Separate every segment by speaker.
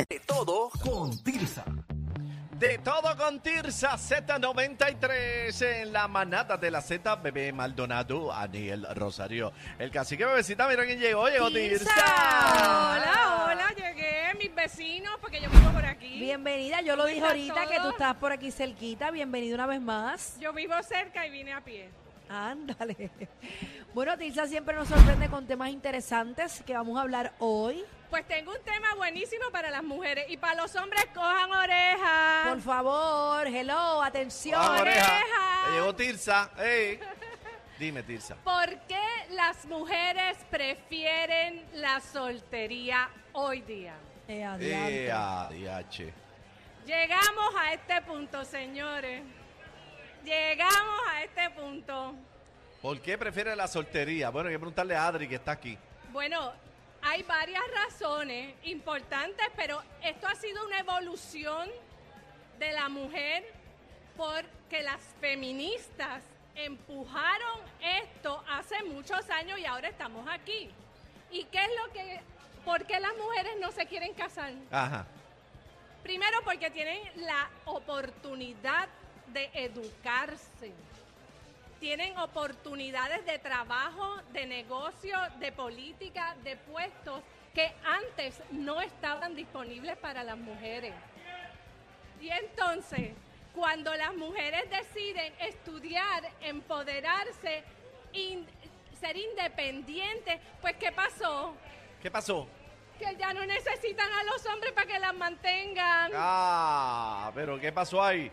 Speaker 1: De todo con Tirsa. De todo con Tirsa Z93 en la manada de la Z, bebé Maldonado, Aniel Rosario. El cacique bebecita, mira quién llegó, llegó Tirsa.
Speaker 2: Hola, hola, llegué, mis vecinos, porque yo vivo por aquí.
Speaker 3: Bienvenida, yo lo
Speaker 2: ¿Cómo
Speaker 3: dije
Speaker 2: están
Speaker 3: ahorita que tú
Speaker 2: todos?
Speaker 3: estás por aquí cerquita. Bienvenida una vez más.
Speaker 2: Yo vivo cerca y vine a pie.
Speaker 3: Ándale. Bueno, Tilsa siempre nos sorprende con temas interesantes que vamos a hablar hoy.
Speaker 2: Pues tengo un tema buenísimo para las mujeres y para los hombres, cojan oreja.
Speaker 3: Por favor, hello, atención.
Speaker 2: Ahora.
Speaker 1: oreja.
Speaker 2: oreja.
Speaker 1: Ya Llegó Tirsa. Ey. Dime, Tirsa.
Speaker 2: ¿Por qué las mujeres prefieren la soltería hoy día?
Speaker 3: Eh, adiante.
Speaker 1: Eh, a DH.
Speaker 2: Llegamos a este punto, señores. Llegamos a este punto.
Speaker 1: ¿Por qué prefiere la soltería? Bueno, hay que preguntarle a Adri que está aquí.
Speaker 2: Bueno, hay varias razones importantes, pero esto ha sido una evolución de la mujer porque las feministas empujaron esto hace muchos años y ahora estamos aquí. ¿Y qué es lo que... ¿Por qué las mujeres no se quieren casar?
Speaker 1: Ajá.
Speaker 2: Primero porque tienen la oportunidad de educarse. Tienen oportunidades de trabajo, de negocio, de política, de puestos que antes no estaban disponibles para las mujeres. Y entonces, cuando las mujeres deciden estudiar, empoderarse, in- ser independientes, pues ¿qué pasó?
Speaker 1: ¿Qué pasó?
Speaker 2: Que ya no necesitan a los hombres para que las mantengan.
Speaker 1: Ah, pero ¿qué pasó ahí?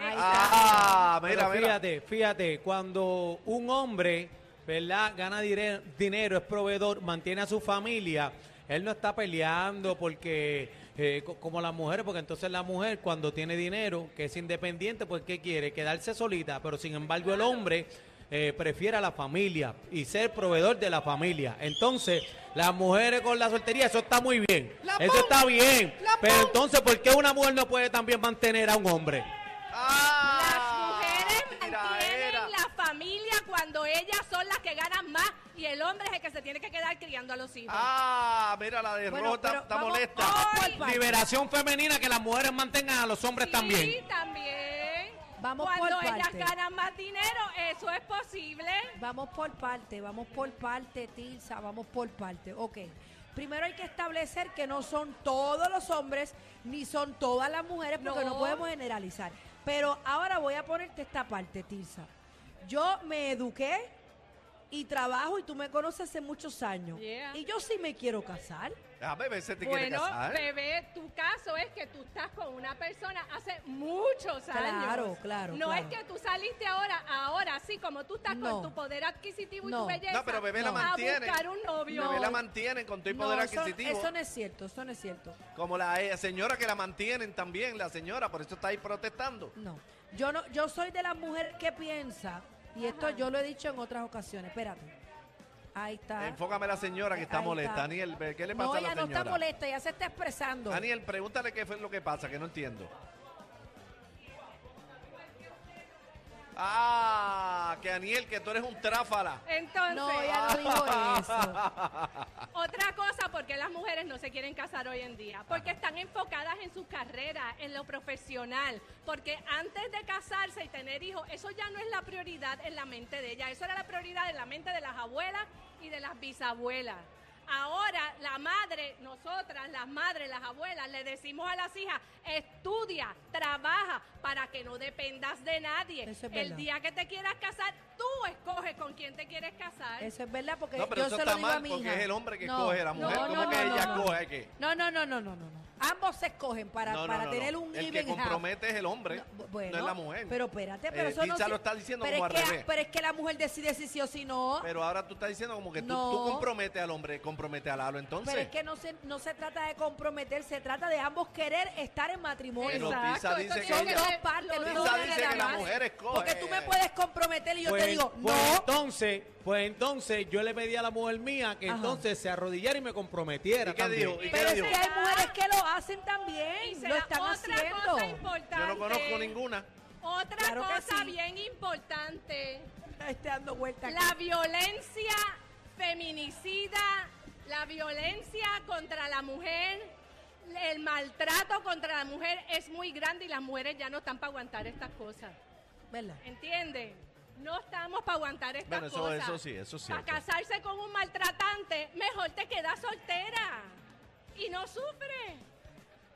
Speaker 3: Ahí está.
Speaker 1: Ah, mira,
Speaker 4: Pero
Speaker 1: mira.
Speaker 4: fíjate, fíjate, cuando un hombre, ¿verdad? Gana dire- dinero, es proveedor, mantiene a su familia, él no está peleando porque, eh, co- como las mujeres, porque entonces la mujer cuando tiene dinero, que es independiente, pues ¿qué quiere? Quedarse solita, pero sin embargo el hombre eh, prefiere a la familia y ser proveedor de la familia. Entonces, las mujeres con la soltería, eso está muy bien, eso está bien, pero entonces, ¿por qué una mujer no puede también mantener a un hombre?
Speaker 2: Las
Speaker 1: Ah,
Speaker 2: mujeres
Speaker 1: tiraera.
Speaker 2: mantienen la familia cuando ellas son las que ganan más y el hombre es el que se tiene que quedar criando a los hijos.
Speaker 1: Ah, mira la
Speaker 3: Bueno,
Speaker 1: derrota,
Speaker 3: pero
Speaker 1: está
Speaker 3: vamos-
Speaker 1: molesta.
Speaker 3: vamos por partes.
Speaker 4: Liberación femenina, que las mujeres mantengan a los hombres
Speaker 2: Sí,
Speaker 4: también.
Speaker 2: también.
Speaker 3: Vamos por
Speaker 2: cuando ellas
Speaker 3: partes.
Speaker 2: ganan más dinero, eso es posible.
Speaker 3: Vamos por parte, vamos por parte, Tilsa, vamos por parte. Ok. Primero hay que establecer que no son todos los hombres ni son todas las mujeres porque no,
Speaker 2: No.
Speaker 3: podemos generalizar. Pero ahora voy a ponerte esta parte, Tilsa. Yo me eduqué y trabajo y tú me conoces hace muchos años.
Speaker 2: Yeah.
Speaker 3: Y yo sí me quiero casar.
Speaker 1: Déjame ver si te quiere
Speaker 2: Bueno,
Speaker 1: casar.
Speaker 2: bebé, tu caso es que tú estás con una persona hace muchos años.
Speaker 3: Claro, claro,
Speaker 2: No
Speaker 3: claro.
Speaker 2: es que tú saliste ahora, ahora sí, como tú estás
Speaker 3: No.
Speaker 2: con tu poder adquisitivo y
Speaker 3: No.
Speaker 2: tu belleza.
Speaker 1: No, pero bebé la
Speaker 3: no.
Speaker 1: mantiene.
Speaker 2: A buscar un novio.
Speaker 1: Bebé la mantienen con todo el poder
Speaker 3: No, eso,
Speaker 1: adquisitivo.
Speaker 3: eso no es cierto, eso no es cierto.
Speaker 1: Como la eh, señora que la mantienen también, la señora, por eso está ahí protestando.
Speaker 3: No, yo no, yo soy de la mujer que piensa, y esto yo lo he dicho en otras ocasiones, espérate. Ahí está.
Speaker 1: Enfócame a la señora que está
Speaker 3: Ah. Ahí
Speaker 1: molesta.
Speaker 3: está.
Speaker 1: Daniel, ve, ¿qué le pasa
Speaker 3: No,
Speaker 1: a
Speaker 3: ella
Speaker 1: la
Speaker 3: no
Speaker 1: señora?
Speaker 3: está molesta, ella se está expresando.
Speaker 1: Daniel, pregúntale qué fue lo que pasa, que no entiendo. Ah, que Daniel, que tú eres un tráfala.
Speaker 2: Entonces,
Speaker 3: No, ella no dijo eso.
Speaker 2: Otra cosa, ¿por qué las mujeres no se quieren casar hoy en día? Porque están enfocadas en su carrera, en lo profesional. Porque antes de casarse y tener hijos, eso ya no es la prioridad en la mente de ella. Eso era la prioridad en la mente de las abuelas y de las bisabuelas. Ahora la madre, nosotras, las madres, las abuelas, le decimos a las hijas, estudia, trabaja, para que no dependas de nadie.
Speaker 3: Eso es
Speaker 2: El
Speaker 3: verdad.
Speaker 2: día que te quieras casar, tú escoges con quién te quieres casar.
Speaker 3: Eso es verdad porque
Speaker 1: No, pero
Speaker 3: yo
Speaker 1: eso
Speaker 3: se lo
Speaker 1: está
Speaker 3: digo a
Speaker 1: mal
Speaker 3: mi
Speaker 1: porque
Speaker 3: hija.
Speaker 1: es el hombre que coge, la mujer,
Speaker 2: ¿cómo
Speaker 3: no,
Speaker 2: que
Speaker 3: no,
Speaker 2: ella
Speaker 3: no.
Speaker 1: coge qué?
Speaker 3: No, no, no, no, no, no. Ambos se escogen para,
Speaker 1: No, no,
Speaker 3: para
Speaker 1: no,
Speaker 3: tener
Speaker 1: no.
Speaker 3: un
Speaker 1: El que
Speaker 3: even half.
Speaker 1: compromete es el hombre,
Speaker 3: No, bu-
Speaker 1: no es la mujer.
Speaker 3: Pero espérate, pero
Speaker 1: Eh,
Speaker 3: eso no.
Speaker 1: Tilsa
Speaker 3: si-
Speaker 1: lo está diciendo
Speaker 3: pero
Speaker 1: como
Speaker 3: es
Speaker 1: al
Speaker 3: que, ah,
Speaker 1: revés.
Speaker 3: Pero es que la mujer decide si sí o si no.
Speaker 1: Pero ahora tú estás diciendo como que tú-
Speaker 3: No.
Speaker 1: tú, comprometes al hombre, compromete al halo entonces.
Speaker 3: Pero es que no se, no se trata de comprometer, se trata de ambos querer estar en matrimonio.
Speaker 1: Pero Pisa
Speaker 2: Exacto,
Speaker 1: dice
Speaker 2: esto
Speaker 1: que
Speaker 2: tiene
Speaker 3: Son
Speaker 2: que
Speaker 1: ella-
Speaker 3: dos
Speaker 2: ver-
Speaker 3: partes, no es
Speaker 1: Pisa
Speaker 3: una
Speaker 1: dice
Speaker 3: nada
Speaker 1: que la
Speaker 3: más.
Speaker 1: mujer escoge.
Speaker 3: Porque tú me puedes comprometer y yo te digo,
Speaker 4: pues
Speaker 3: no.
Speaker 4: entonces, pues entonces yo le pedí a la mujer mía que
Speaker 3: Ajá.
Speaker 4: entonces se arrodillara y me comprometiera.
Speaker 1: ¿Y qué
Speaker 4: también.
Speaker 1: dijo? ¿Y qué
Speaker 3: Pero es
Speaker 1: dijo?
Speaker 3: que hay mujeres que lo hacen
Speaker 2: Y
Speaker 3: también,
Speaker 2: será
Speaker 3: lo están
Speaker 2: otra
Speaker 3: haciendo.
Speaker 2: cosa importante.
Speaker 1: Yo no conozco ninguna.
Speaker 2: Otra
Speaker 3: Claro que
Speaker 2: cosa
Speaker 3: sí.
Speaker 2: bien importante.
Speaker 3: Esté dando vuelta
Speaker 2: La
Speaker 3: aquí.
Speaker 2: violencia feminicida, la violencia contra la mujer, el maltrato contra la mujer es muy grande y las mujeres ya no están para aguantar estas cosas.
Speaker 3: ¿Verdad?
Speaker 2: ¿Entienden? No estamos para aguantar estas
Speaker 1: Bueno, eso-
Speaker 2: cosas.
Speaker 1: eso sí, eso sí,
Speaker 2: Para
Speaker 1: eso.
Speaker 2: casarse con un maltratante, mejor te quedas soltera y no sufres.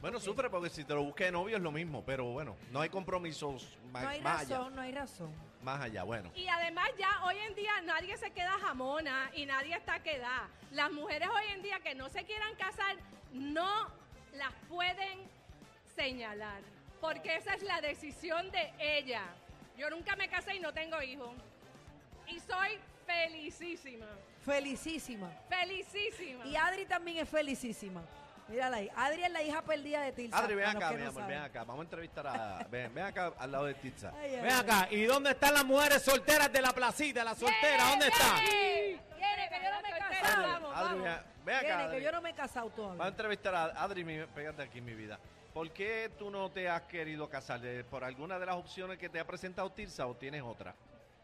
Speaker 1: Bueno, sufre porque si te lo busques de novio es lo mismo, pero bueno, no hay compromisos más,
Speaker 3: No hay
Speaker 1: más allá.
Speaker 3: razón, no hay razón.
Speaker 1: Más allá, bueno.
Speaker 2: Y además ya hoy en día nadie se queda jamona y nadie está queda. Las mujeres hoy en día que no se quieran casar no las pueden señalar, porque esa es la decisión de ella. Yo nunca me casé y no tengo hijos. Y soy felicísima,
Speaker 3: Felicísima.
Speaker 2: felicísima.
Speaker 3: Y Adri también es felicísima. Mírala ahí. Adri es la hija perdida de Tilsa.
Speaker 1: Adri, ven
Speaker 3: para los
Speaker 1: acá,
Speaker 3: que
Speaker 1: mi
Speaker 3: no
Speaker 1: amor,
Speaker 3: saben.
Speaker 1: ven acá. Vamos a entrevistar a. Ven, ven acá al lado de Tizza.
Speaker 3: Ay, ay,
Speaker 4: Ven
Speaker 3: ay.
Speaker 4: acá, ¿y dónde están las mujeres solteras de la placita, las solteras? ¿Dónde están?
Speaker 2: Viene, viene, que yo no me he casado.
Speaker 1: Adri,
Speaker 2: Vamos,
Speaker 1: Adri,
Speaker 2: vamos.
Speaker 1: ven, ven acá.
Speaker 3: Viene, que
Speaker 1: Adri.
Speaker 3: yo no me he casado
Speaker 1: Vamos a
Speaker 3: todavía.
Speaker 1: entrevistar a Adri, mi- pégate aquí, mi vida. ¿Por qué tú no te has querido casar? Eh, ¿Por alguna de las opciones que te ha presentado Tirsa o tienes otra?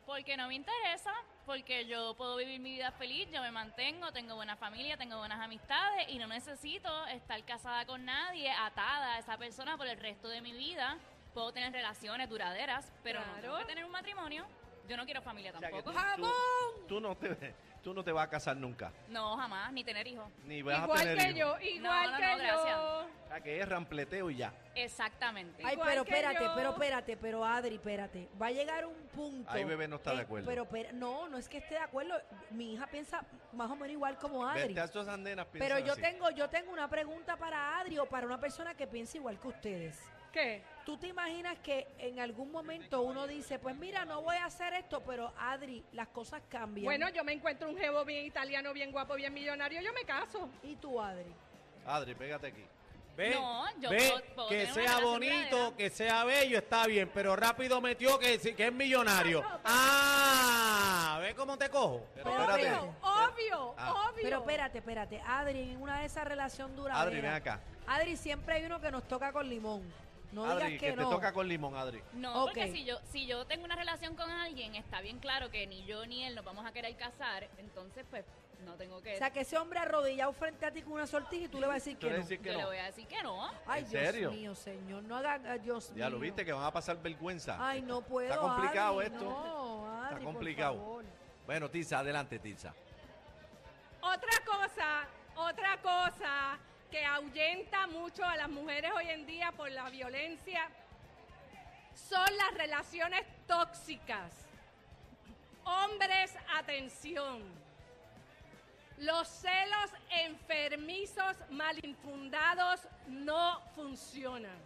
Speaker 5: Porque no me interesa, porque yo puedo vivir mi vida feliz, yo me mantengo, tengo buena familia, tengo buenas amistades y no necesito estar casada con nadie, atada a esa persona por el resto de mi vida. Puedo tener relaciones duraderas, pero no tengo
Speaker 2: Claro.
Speaker 5: que tener un matrimonio. Yo no quiero familia
Speaker 1: O sea, que
Speaker 5: tampoco.
Speaker 1: tú- Tú, tú no te, tú no te vas a casar nunca.
Speaker 5: No, jamás, ni tener hijos.
Speaker 1: Ni vas a
Speaker 2: Igual
Speaker 1: tener
Speaker 2: que
Speaker 1: hijos.
Speaker 2: yo, igual
Speaker 5: No, no, no,
Speaker 2: que
Speaker 5: gracias.
Speaker 2: yo.
Speaker 1: O sea, que es rampleteo y ya.
Speaker 5: Exactamente.
Speaker 3: Ay,
Speaker 2: Igual
Speaker 3: pero
Speaker 2: que
Speaker 3: espérate,
Speaker 2: yo.
Speaker 3: pero espérate, pero Adri, espérate. Va a llegar un punto.
Speaker 1: Ahí bebé no está de acuerdo.
Speaker 3: Pero, pero- no, no es que esté de acuerdo. Mi hija piensa más o menos igual como Adri.
Speaker 1: Vete a esas andenas,
Speaker 3: Pero
Speaker 1: piensan
Speaker 3: yo
Speaker 1: así.
Speaker 3: tengo, yo tengo una pregunta para Adri o para una persona que piensa igual que ustedes.
Speaker 2: ¿Qué?
Speaker 3: ¿Tú te imaginas que en algún momento uno dice, pues mira, no voy a hacer esto, pero Adri, las cosas cambian?
Speaker 2: Bueno, yo me encuentro un jevo bien italiano, bien guapo, bien millonario, yo me caso.
Speaker 3: ¿Y tú, Adri?
Speaker 1: Adri, pégate aquí.
Speaker 4: Ve,
Speaker 5: No, yo
Speaker 4: ve,
Speaker 5: puedo- puedo
Speaker 4: que
Speaker 5: tener una
Speaker 4: sea
Speaker 5: relación
Speaker 4: bonito,
Speaker 5: duradera.
Speaker 4: que sea bello, está bien, pero rápido metió que, sí- que es millonario.
Speaker 2: No, no, pero-
Speaker 4: Ah, ve cómo te cojo.
Speaker 1: Pero
Speaker 3: Pero,
Speaker 1: espérate.
Speaker 3: pero-
Speaker 2: Obvio,
Speaker 1: Ah.
Speaker 2: obvio.
Speaker 3: Pero espérate, espérate. Adri, en una de esas relaciones duraderas.
Speaker 1: Adri, ven acá.
Speaker 3: Adri, siempre hay uno que nos toca con limón. No
Speaker 1: Adri,
Speaker 3: digas que,
Speaker 1: que,
Speaker 3: no.
Speaker 1: te toca con limón, Adri.
Speaker 5: No,
Speaker 3: Ok.
Speaker 5: porque si yo, si yo tengo una relación con alguien, está bien claro que ni yo ni él nos vamos a querer casar, entonces pues no tengo que...
Speaker 3: O sea, que ese hombre arrodillado frente a ti con una sortija y tú le vas a decir
Speaker 1: Tú
Speaker 3: que
Speaker 1: le
Speaker 3: no.
Speaker 1: decís que
Speaker 5: yo le
Speaker 1: no.
Speaker 5: voy a decir que no.
Speaker 3: Ay,
Speaker 1: ¿En
Speaker 3: Dios
Speaker 1: serio?
Speaker 3: mío, señor. No hagan, ay, Dios mío.
Speaker 1: Ya lo viste que van a pasar vergüenza.
Speaker 3: Ay, no puedo.
Speaker 1: Está complicado
Speaker 3: Adri,
Speaker 1: esto.
Speaker 3: No, Adri,
Speaker 1: Está
Speaker 3: por
Speaker 1: complicado.
Speaker 3: favor.
Speaker 1: Bueno, Tiza, adelante, Tiza.
Speaker 2: Otra cosa, otra cosa que ahuyenta mucho a las mujeres hoy en día por la violencia son las relaciones tóxicas. Hombres, atención. Los celos enfermizos malinfundados no funcionan.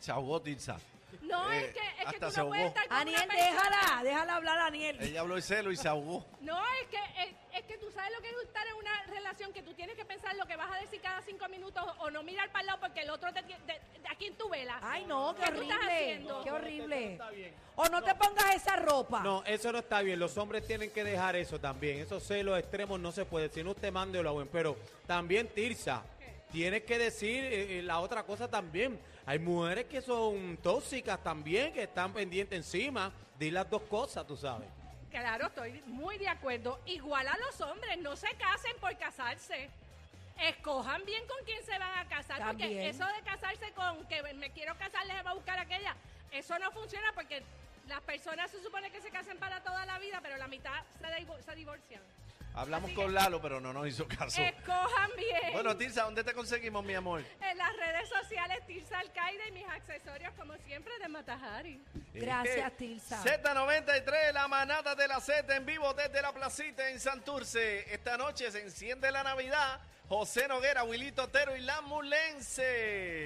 Speaker 1: Se ahogó, Tiza.
Speaker 2: No
Speaker 1: Eh,
Speaker 2: es que, es que
Speaker 1: hasta
Speaker 2: tú
Speaker 1: se
Speaker 2: no puedes
Speaker 1: ahogó.
Speaker 2: estar con
Speaker 3: Aniel,
Speaker 2: una persona-
Speaker 3: déjala. Déjala hablar a Aniel.
Speaker 1: Ella habló de celo y se ahogó.
Speaker 2: No, es que, es, es que tú sabes lo que es estar en una relación que tú tienes que pensar lo que vas a decir cada cinco minutos o no mirar para el lado porque el otro te tiene. de- de- ¿A quién tú velas?
Speaker 3: Ay, no, qué
Speaker 2: ¿Qué tú estás
Speaker 3: horrible.
Speaker 2: haciendo?
Speaker 3: Qué horrible.
Speaker 4: Está bien.
Speaker 3: O no te pongas esa ropa.
Speaker 4: No, eso no está bien. Los hombres tienen que dejar eso también. Esos celos extremos no se puede. Si no, usted mande lo buen. Pero también, Tirsa, tienes que decir eh, eh, la otra cosa también. Hay mujeres que son tóxicas también, que están pendientes encima. Di las dos cosas, tú sabes.
Speaker 2: Claro, estoy muy de acuerdo. Igual a los hombres, no se casen por casarse. Escojan bien con quién se van a casar,
Speaker 3: También.
Speaker 2: porque eso de casarse con que me quiero casar, les va a buscar aquella, eso no funciona porque las personas se supone que se casen para toda la vida, pero la mitad se, divo- se divorcian.
Speaker 1: Hablamos
Speaker 2: Así
Speaker 1: con
Speaker 2: que-
Speaker 1: Lalo, pero no nos hizo caso.
Speaker 2: Escojan bien.
Speaker 1: Bueno, Tirsa, ¿dónde te conseguimos, mi amor?
Speaker 2: en las redes sociales, Tirsa Alcaide y mis accesorios, como siempre, de Matajari.
Speaker 3: Gracias,
Speaker 1: Este,
Speaker 3: Tirsa.
Speaker 1: Z93, la manada de la Z en vivo desde la placita en Santurce. Esta noche se enciende la Navidad. José Noguera, Wilito Otero y la Mulense.